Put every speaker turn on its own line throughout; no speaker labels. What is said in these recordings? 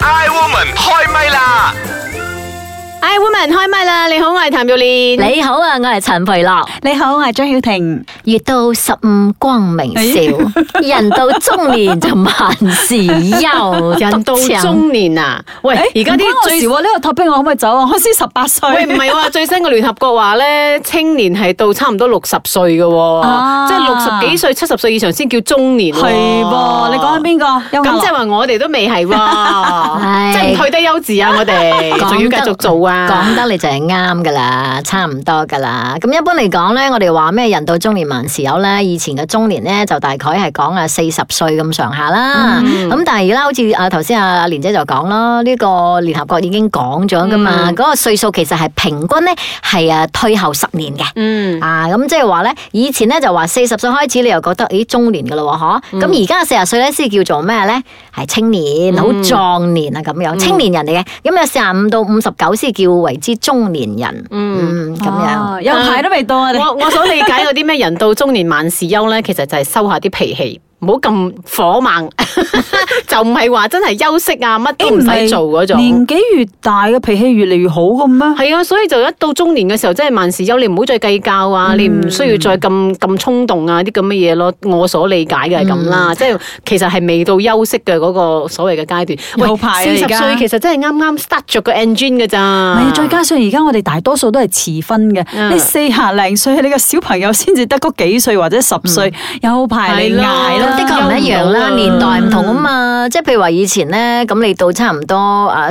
I Woman 開唛啦！
哎，woman 開唛啦！你好，我係譚玉蓮。
你好啊，我係陳培樂。
你好，我係張曉婷。
月到十五光明少， 人到中年就萬事 休。
人到中年啊，喂，而家啲最
最呢個 topic 哎我可唔可以走啊？我先十八歲。
喂，唔係喎，最新嘅聯合國話咧，青年係到差唔多六十歲嘅喎，
啊
即係六十幾歲、七十歲以上先叫中年喎。
係噃，你講緊邊個？
咁
邱雅樂
即係話我哋都未係喎，
唉
即係唔退低休字啊！我哋仲要繼續做
講
啊！
得你就係啱噶啦，差唔多噶啦。咁一般嚟講咧，我哋話咩人到中年萬事休咧，以前嘅中年咧就大概係講啊四十歲咁上下啦。咁、但係而家好似啊頭先啊阿蓮姐就講啦，呢、個聯合國已經講咗噶嘛，嗰、個歲數其實係平均咧係啊退後十年嘅。
嗯，
啊，咁即係話咧，以前咧就話四十歲開始，你又覺得咦中年噶啦喎，嗬？咁而家四十歲咧先叫做咩咧？係青年，好壯年啊咁樣，青年人嚟嘅。咁有四十五到五十九先叫為之中年人，嗯咁樣。
哦有排都未到啊！你
我我所理解嗰啲咩人到中年萬事休咧，其實就係收下啲脾氣。唔好咁火猛， 就唔係話真係休息啊，乜都唔使做嗰種。
年紀越大嘅脾氣越嚟越好嘅咩？
係啊，所以就一到中年嘅時候，真係萬事休，你唔好再計較啊，你唔需要再咁咁衝動啊，啲咁嘅嘢咯。我所理解嘅係咁啦，即係其實係未到休息嘅嗰個所謂嘅階段。
有排啊
四十
而家
歲其實真係啱啱 start 咗個 engine 嘅
唔
咋。
係，再加上而家我哋大多數都係遲婚
嗯
嘅，你四廿零歲，你個小朋友先至得嗰幾歲或者十歲，有排你捱
嗯係啊咯
啦。
的確唔一樣啦，
嗯
年代唔同啊嘛，即係譬如話以前咧，咁你到差唔多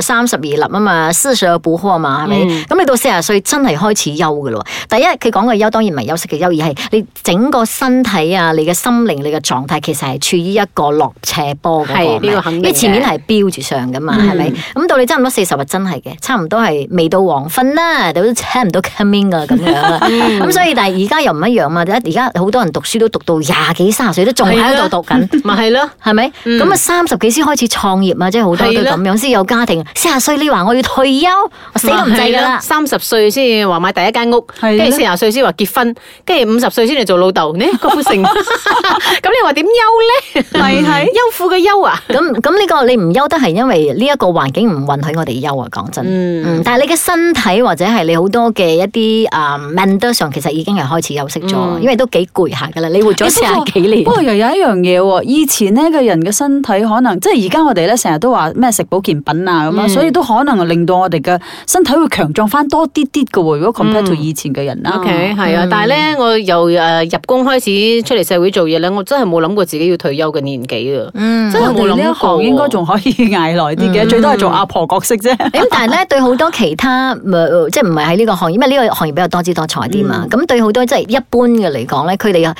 誒三十而立啊嘛，思想有補科啊嘛，係咪？
嗯
咁你到四十歲真係開始休噶咯喎。第一，佢講嘅休當然唔係休息嘅休，而係你整個身體啊、你嘅心靈、你嘅狀態其實係處於一個落斜坡嗰
係
個
呢個
嘛，
肯定
因為前面
嘅
係標住上噶嘛，
嗯
係咪？咁到你差唔多四十啊，真係嘅，差唔多係未到黃昏啦，都 差唔多 coming 噶咁樣啦。
嗯
咁所以但係而家又唔一樣嘛，而家好多人讀書都讀到廿幾三十歲都仲喺度讀緊。
咪係啊咯。
係咪？咁啊，三十幾先開始創業啊，即係好多都
係啦
咁樣，先有家庭。四十歲你話我要退休，我死都唔制㗎啦。
三十歲先話買第一間屋，
係
跟
啦
住四十歲先話結婚，跟住五十歲先嚟做老豆。呢郭富城，咁 你話點休咧？
咪係
休婦嘅休啊！
咁咁呢個你唔休得係因為呢一個環境唔允許我哋休啊，講真。
嗯
嗯但係你嘅身體或者係你好多嘅一啲啊 m e n t a 上其實已經係開始休息咗，因為都幾攰下㗎啦。你活咗四十幾年
嗯不，過又有一樣嘢喎，以前呢個人嘅身體可能即係而家我哋咧成日都話咩食保健品啊咁樣，所以都可能令到我哋嘅身體會強壯翻多啲啲嘅喎。如果 compare to 以前嘅人啦
OK，係啊，但係咧，我由誒入工開始出嚟社會做嘢咧，我真係冇諗過自己要退休嘅年紀啊，
嗯
真係
我
冇
哋呢
諗
一
過。
行嗯應該仲可以捱耐啲嘅，最多係做阿婆角色啫。
咁但係咧，對好多其他呃即係唔係喺呢個行業，因為呢個行業比較多姿多彩啲
嗯
嘛。咁、對好多即係一般嘅嚟講咧，佢哋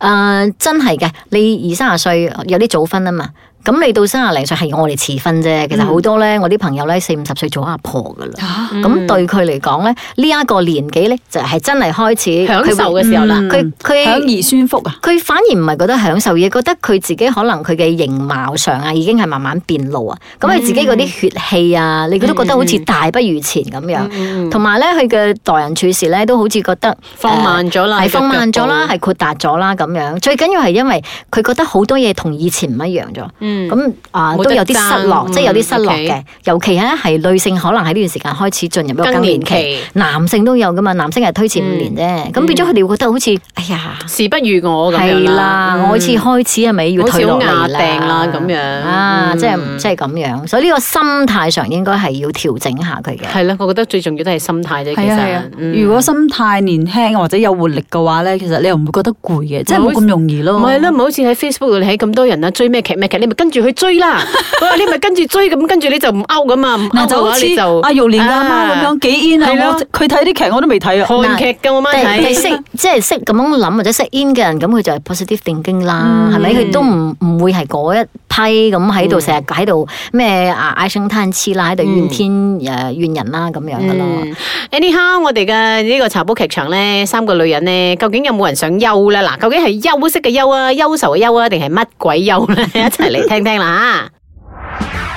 誒真係嘅，你二三十歲有啲早婚啊嘛。咁你到三十零歲係我哋遲婚啫，
嗯
其實好多咧，我啲朋友咧四五十歲做阿婆噶
啊
啦，咁、
嗯
對佢嚟講咧，呢、一個年紀咧就係真係開始
享受嘅
佢
時候啦，
嗯
佢佢
享兒孫福啊！
佢反而唔係覺得享受，而覺得佢自己可能佢嘅形貌上啊，已經係慢慢變老啊。咁
嗯
佢自己嗰啲血氣啊，你都覺得好似大不如前咁
嗯
樣。同埋咧，佢嘅待人處事咧，都好似覺得
放慢咗啦
呃
佢嘅
係放慢咗啦，
腳步
係豁達咗啦咁樣。最緊要係因為佢覺得好多嘢同以前唔一樣咗。咁啊，
嗯冇得
都有啲失落，
爭
即係有啲失落
嗯
嘅。尤其咧係女性，可能喺呢段時間開始進入一個
更
更
年
年
期嗯
期，男性都有噶嘛，男性係推前五年啫。咁變咗佢哋會覺得好似哎呀〜
事不如我咁樣嗯
係啦，我好似開始係咪要退落嚟
好
啦？
似好牙定啦咁樣
啊，
嗯
即係即係咁樣，所以呢個心態上應該係要調整下佢嘅。
係啦，我覺得最重要都係心態啫，其
係啊係啊
實。，嗯
如果心態年輕或者有活力嘅話咧，其實你又唔會覺得攰嘅，即係冇咁容易咯。
唔係啦，唔好似喺 Facebook 度你睇咁多人啊，追咩劇咩劇，你咪跟住去追啦。 哇你咪跟住追，咁跟住你就唔 out 噶嘛，唔 out
嗱就
嘅
好
話
似
你就
阿玉蓮嘅阿媽咁
啊
樣幾 in
係
啊！
咯
我佢睇啲劇我都未睇啊。
韓劇嘅我媽
但係
睇。
識即係識咁樣諗或者識 in 嘅人，咁佢就係 positive thinking 啦，
嗯
係咪？佢都唔唔會係嗰一批咁喺度成日喺度咩啊唉聲嘆氣啦，喺度怨天誒怨人啦咁樣噶咯。
嗯 anyhow，我哋嘅呢個茶煲劇場咧，三個女人咧，究竟有冇人想休咧？嗱，究竟係休息嘅休啊，憂愁嘅憂啊，定係乜鬼休咧？ 一齊嚟聽聽啦。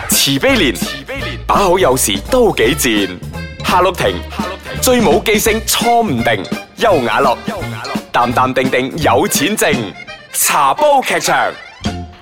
慈悲蓮，慈悲蓮，把口有時都幾賤。夏綠庭，夏綠庭，最冇記性錯唔定。優雅樂，優雅樂，淡淡定定有錢剩。茶煲劇場。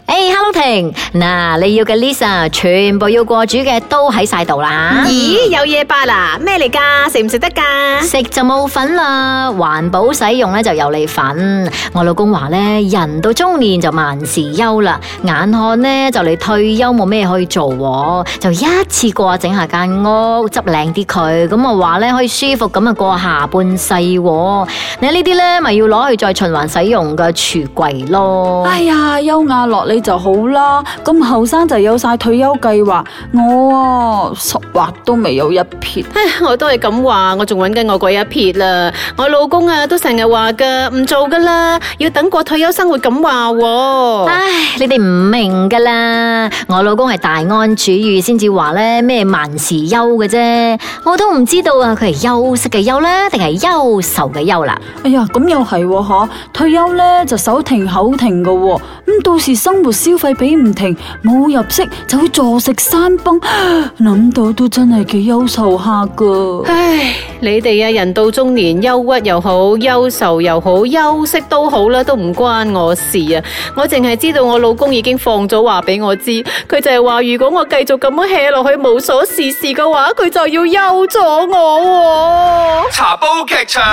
诶、h e l l o 婷，嗱，你要嘅 Lisa 全部要過主嘅都喺晒度啦。
咦，有嘢八啦，咩嚟噶？食唔食得噶？
食就冇份啦，環保使用咧就有你份。我老公話咧，人到中年就萬事休啦，眼看咧就嚟退休冇咩可以做喎，就一次過整下間屋，執靚啲佢，咁啊話咧可以舒服咁啊過下半世喎。你呢啲咧咪要攞去再循環使用嘅櫥櫃咯。
哎呀，優雅落你就好啦。咁後生就有晒退休計劃，我啊十劃都未有一撇。
我都係咁話，我仲揾緊我嗰一撇啦。我老公啊，都成日話噶，唔做噶啦，要等過退休生活咁話喎。
唉，你哋唔明噶啦，我老公係大安主義先至話咧咩萬事休嘅啫，我都唔知道啊，佢係休息嘅休咧，定係憂愁嘅憂啦。
哎呀，咁又係喎吓，退休咧就手停口停噶喎，咁到時生活消費俾唔停，冇入息就會坐食山崩，啊諗到都真係幾憂愁下噶。
唉，你哋啊，人到中年，憂鬱又好，憂愁又好，休息都好啦，都唔關我事啊。我淨係知道我老公已經放咗話俾我知，佢就係話如果我繼續咁樣 hea 落去無所事事嘅話，佢就要休咗我喎、
茶煲劇場。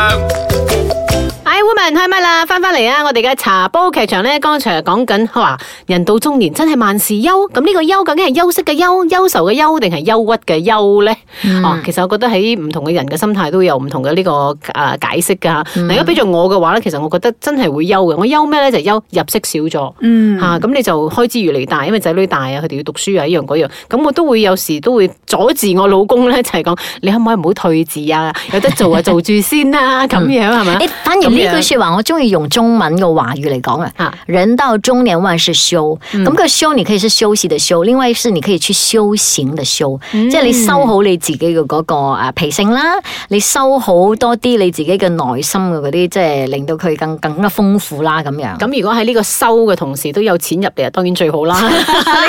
哎，woman 開唛啦，翻翻嚟啊！我哋嘅茶煲劇場咧，剛才講緊話人到中年真係萬事休，咁呢個休究竟係休息嘅休、憂愁嘅憂，定係憂鬱嘅憂咧？哦，其實我覺得喺唔同嘅人嘅心態都有唔同嘅呢、個呃解釋㗎嚇。嗱如果俾咗我嘅話咧，其實我覺得真係會憂嘅。我憂咩咧？就係憂入息少咗。
嗯
吓咁、你就開支越嚟越大，因為仔女大啊，佢哋要讀書啊，一樣嗰樣。咁我都會有時都會阻止我老公咧，就係講你可唔可以唔好退字啊？有得做啊，做住先啦、啊咁樣係咪？
誒，反而呢句说話我中意用中文嘅華語嚟講啊。
啊嗯
人到中年萬事休，咁個休你可以是休息的休，另外是你可以去修行的修，
嗯
即係你修好你自己嘅嗰個啊脾性啦，你修好多啲你自己嘅內心嘅嗰啲，即係令到佢更更加豐富啦咁樣。
咁如果喺呢個收嘅同時都有錢入嚟，當然最 好啦。
呢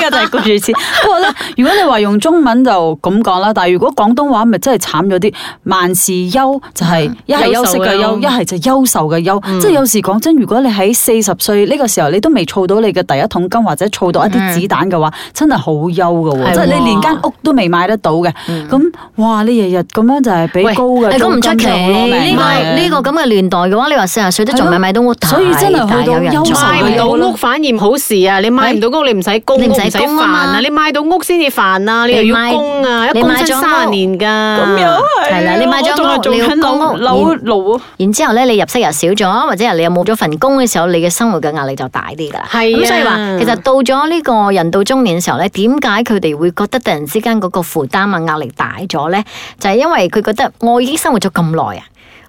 個就係顧住錢。不過咧，如果你話用中文就咁講啦，但係如果廣東話咪真係慘咗啲。萬事憂就係一係休息嘅
憂愁嘅
憂，
憂
一係就憂愁嘅憂。即係有時講真，如果你喺四十歲呢個時候，你都未儲到你嘅第一桶金，或者儲到一啲子彈嘅話，真係好憂嘅
係
喎。即係你連間屋都未買得到嘅，咁哇！你日日咁樣就係俾
喂
高
誒
嘅
哎咁
租
唔
金
出奇，
就攞命
呢
買
個呢個咁嘅年代嘅話，你話四十歲都仲未買到屋，
所以真係
大
去到
有人
憂啊
做
愁
買
嘅
唔到屋反而唔好事啊！你買唔到屋，你唔使供，
你唔
唔
使
使
供
煩
啊嘛
啊！你買到屋先至煩啊！你又要供啊！
你
一供
買你買咗
真
屋
三年㗎。
係啦，你買咗
我
屋，
仲
你要
係做緊
供屋，
樓
然
樓
然之後咧，你入息又少咗，或者係你又冇咗份工嘅時候，你嘅生活嘅壓力就大啲㗎啦。
係啊
咁所以話，其實到咗呢個人到中年嘅時候咧，點解佢哋會覺得突然之間嗰個負擔啊壓力大咗咧？就係因為佢覺得我已經生活咗咁耐啊。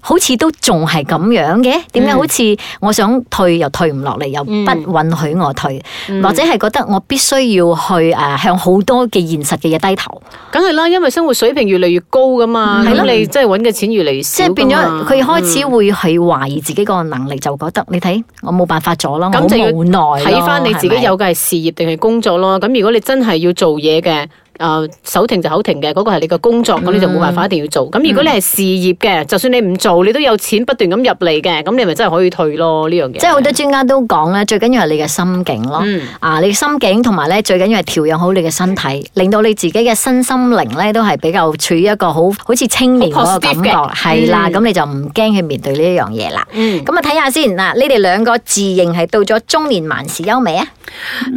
好似都仲係咁樣嘅，點解
嗯
好似我想退又退唔落嚟，又不允許我退，
嗯
或者係覺得我必須要去誒、呃向好多嘅現實嘅嘢低頭。
梗係啦，因為生活水平越嚟越高噶嘛，
係
咁
咯
你即係揾嘅錢越嚟越
即
少㗎
係
嘛，
變咗，佢開始會係懷疑自己個能力，就覺得你睇我冇辦法咗啦，我好
咁就要
無奈咯
睇翻你自己。有嘅係事業定係工作咯。咁如果你真係要做嘢嘅，誒、手停就口停嘅，嗰、個係你嘅工作，咁你就冇辦法一定要做。咁、如果你係事業嘅，就算你唔做，你都有錢不斷咁入嚟嘅，咁你咪真係可以退咯呢樣嘢。
係咪即係好多專家都講咧，最緊要係你嘅心境咯。
嗯
啊，你嘅心境同埋咧，最緊要係調養好你嘅身體，令到你自己嘅身心靈咧都係比較處於一個好好似青年嗰個感覺，
好 positive 嘅
係啦。咁你就唔驚去面對呢一樣嘢啦。
嗯
咁啊，睇下先嗱，你哋兩個自認係到咗中年萬事休未啊？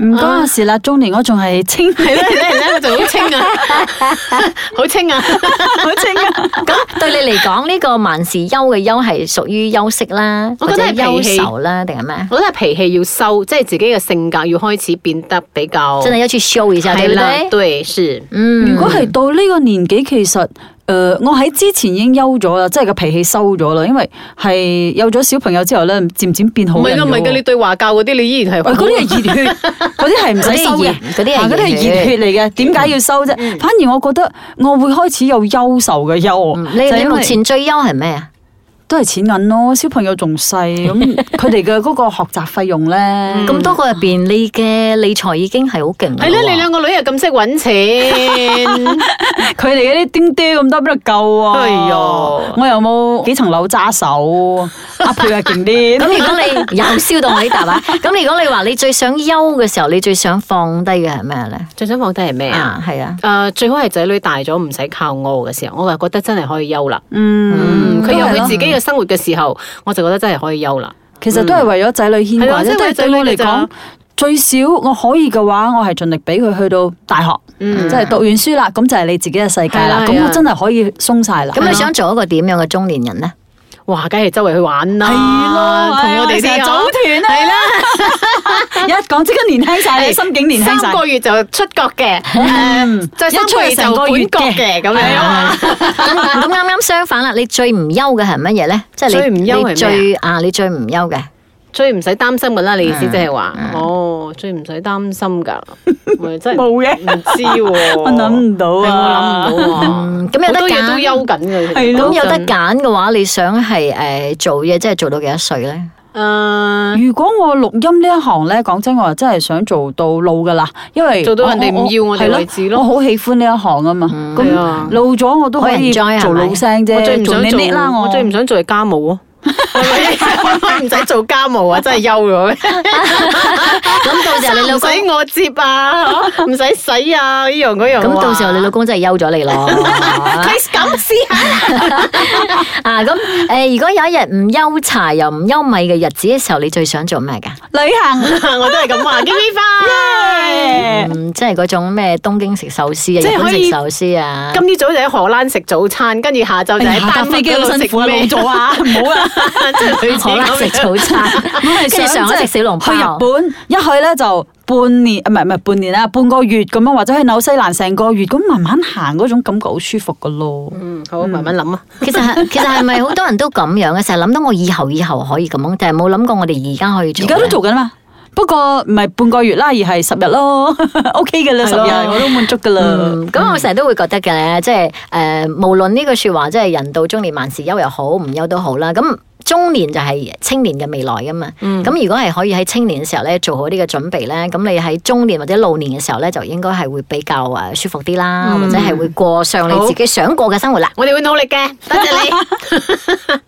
唔關我事啦，中年我仲係清
係咧係咧係咧，我就好清啊， 好清啊，
好清啊！
咁對你嚟講，呢、個萬事休嘅休係屬於休息啦，
我覺得係
或
脾
者
氣
憂愁啦，定係咩？
我覺得係脾氣要收，即係自己嘅性格要開始變得比較
真係要去修一下，對不
哦係啦，
對？
對，是。
嗯，
如果係到呢個年紀，其實诶、呃我喺之前已經休咗啦，即係個脾氣收咗啦，因為係有咗小朋友之後咧，漸漸變好
唔係
人
㗎，唔係㗎，你
嘅喎。
對話教嗰啲，你依然係
喂嗰啲係熱血，嗰啲係唔使收嘅，
嗰啲係熱
啊嗰啲係熱血嚟嘅，點解要收啫？反而我覺得我會開始有憂愁嘅憂，
嗯
就
你
係
你
因
目
為
前最休係咩啊？
都係錢銀咯，小朋友仲細，咁佢哋嘅嗰個學習費用咧，
咁多個入邊，你嘅理財已經係好勁
嗯
㗎
係咯，
喎
你兩個女又咁識揾錢，
佢哋嗰啲丁爹咁多邊度夠啊？
哎呀
我又冇幾層樓揸手，阿佩啊勁啲。
咁如果你有燒到我呢 笪啊，咁如果你話你最想休嘅時候，你最想放低嘅係咩咧？
最想放低係咩啊？
啊，係啊，
誒、最好係仔女大咗唔使靠我嘅時候，我就覺得真係可以休啦。
嗯
嗯，佢有佢自己。
都係咯
嘅生活嘅時候，我就覺得真係可以休啦。
其實都係為咗仔女牽
嗯係
掛
啊
啫，
即係
即係
為仔
對
女
我嚟
嘅咋
講，最少我可以嘅話，我係盡力俾佢去到大學，
嗯
即係讀完書啦，咁就係你自己嘅世界
係
啦。
啊係
咁
啊
我真係可以鬆晒啦。
咁你想做一個點樣嘅中年人咧？
哇，梗係周圍去玩啦，同我哋啲啊
組團啦，係啦， 一講即刻年輕晒，
係
心境年輕晒
三。個月就出國嘅，誒再三個月就本國嘅咁樣啊。
咁咁啱啱相反啦，你最唔休嘅係乜嘢咧？即係
最
你
唔休係咩啊
你最啊，你最唔休嘅
最唔使擔心噶啦，你意思即係話，哦，最唔使擔心㗎，咪真係
冇嘅
唔知喎，
我諗唔到啊
係我諗唔到啊
嗯，咁有得
好多嘢
揀
都休緊嘅，其實
係咯
咁有得
講真
揀嘅話，你想係诶做嘢，即係做到幾多歲咧？
誒
如果我錄音呢一行咧，講真，我真係想做到老噶啦，因為
做到人哋唔要我哋為止咯
係我好喜歡呢一行啊嘛，
係
咁
啊。
老咗我都可以
可以 enjoy，
做老聲
我最唔
啫，做
想
你叻啦
做，
我。
我最唔想做係家務啊。 唔使做家務啊，真係休咗。
咁到時候 你老
唔
公，
使我接啊，唔使洗啊，呢樣嗰樣啊。
咁到時候你老公真係休咗你咯。
佢咁試下。
啊，咁诶、誒如果有一日唔憂柴又唔憂米嘅日子嘅時候，你最想做咩噶？
旅行。
我都係咁話，基基花。
嗯，即係嗰種咩東京食壽司啊，
即係
日本
可
食
以
壽司啊。
今朝早就喺荷蘭食早餐，跟住下晝就
哎
喺
呀搭
丹
飛
麥
機
嗰
好
度
辛
食
苦 啊，老咗啊，唔好 啦。
即係類似
荷蘭
咁
食
樣
早 餐，跟住上海食小籠
去日
包。
本一去咧就半年，呃唔係唔係半年啦，啊半個月咁樣，或者去紐西蘭成個月咁慢慢行嗰種感覺好舒服噶咯。
嗯，好，慢慢諗啊。
其實係其實係咪好多人都咁樣嘅？成日諗到我以後以後可以咁樣，但係冇諗過我哋而家可以做
而
呢。
家都做緊嘛，不過唔係半個月啦，而係十日咯 ，OK 嘅啦，十
係
日
咯
我都滿足噶啦。
嗯咁我成日都會覺得嘅咧，即係誒、呃，無論呢句説話，即係人到中年萬事休又好，唔休都好啦。咁中年就係青年嘅未來噶嘛。咁、如果係可以喺青年嘅時候咧做好呢個準備咧，咁你喺中年或者老年嘅時候咧，就應該係會比較誒舒服啲啦，或者係會過上你自己想過嘅生活啦。
我哋會努力嘅，多謝你。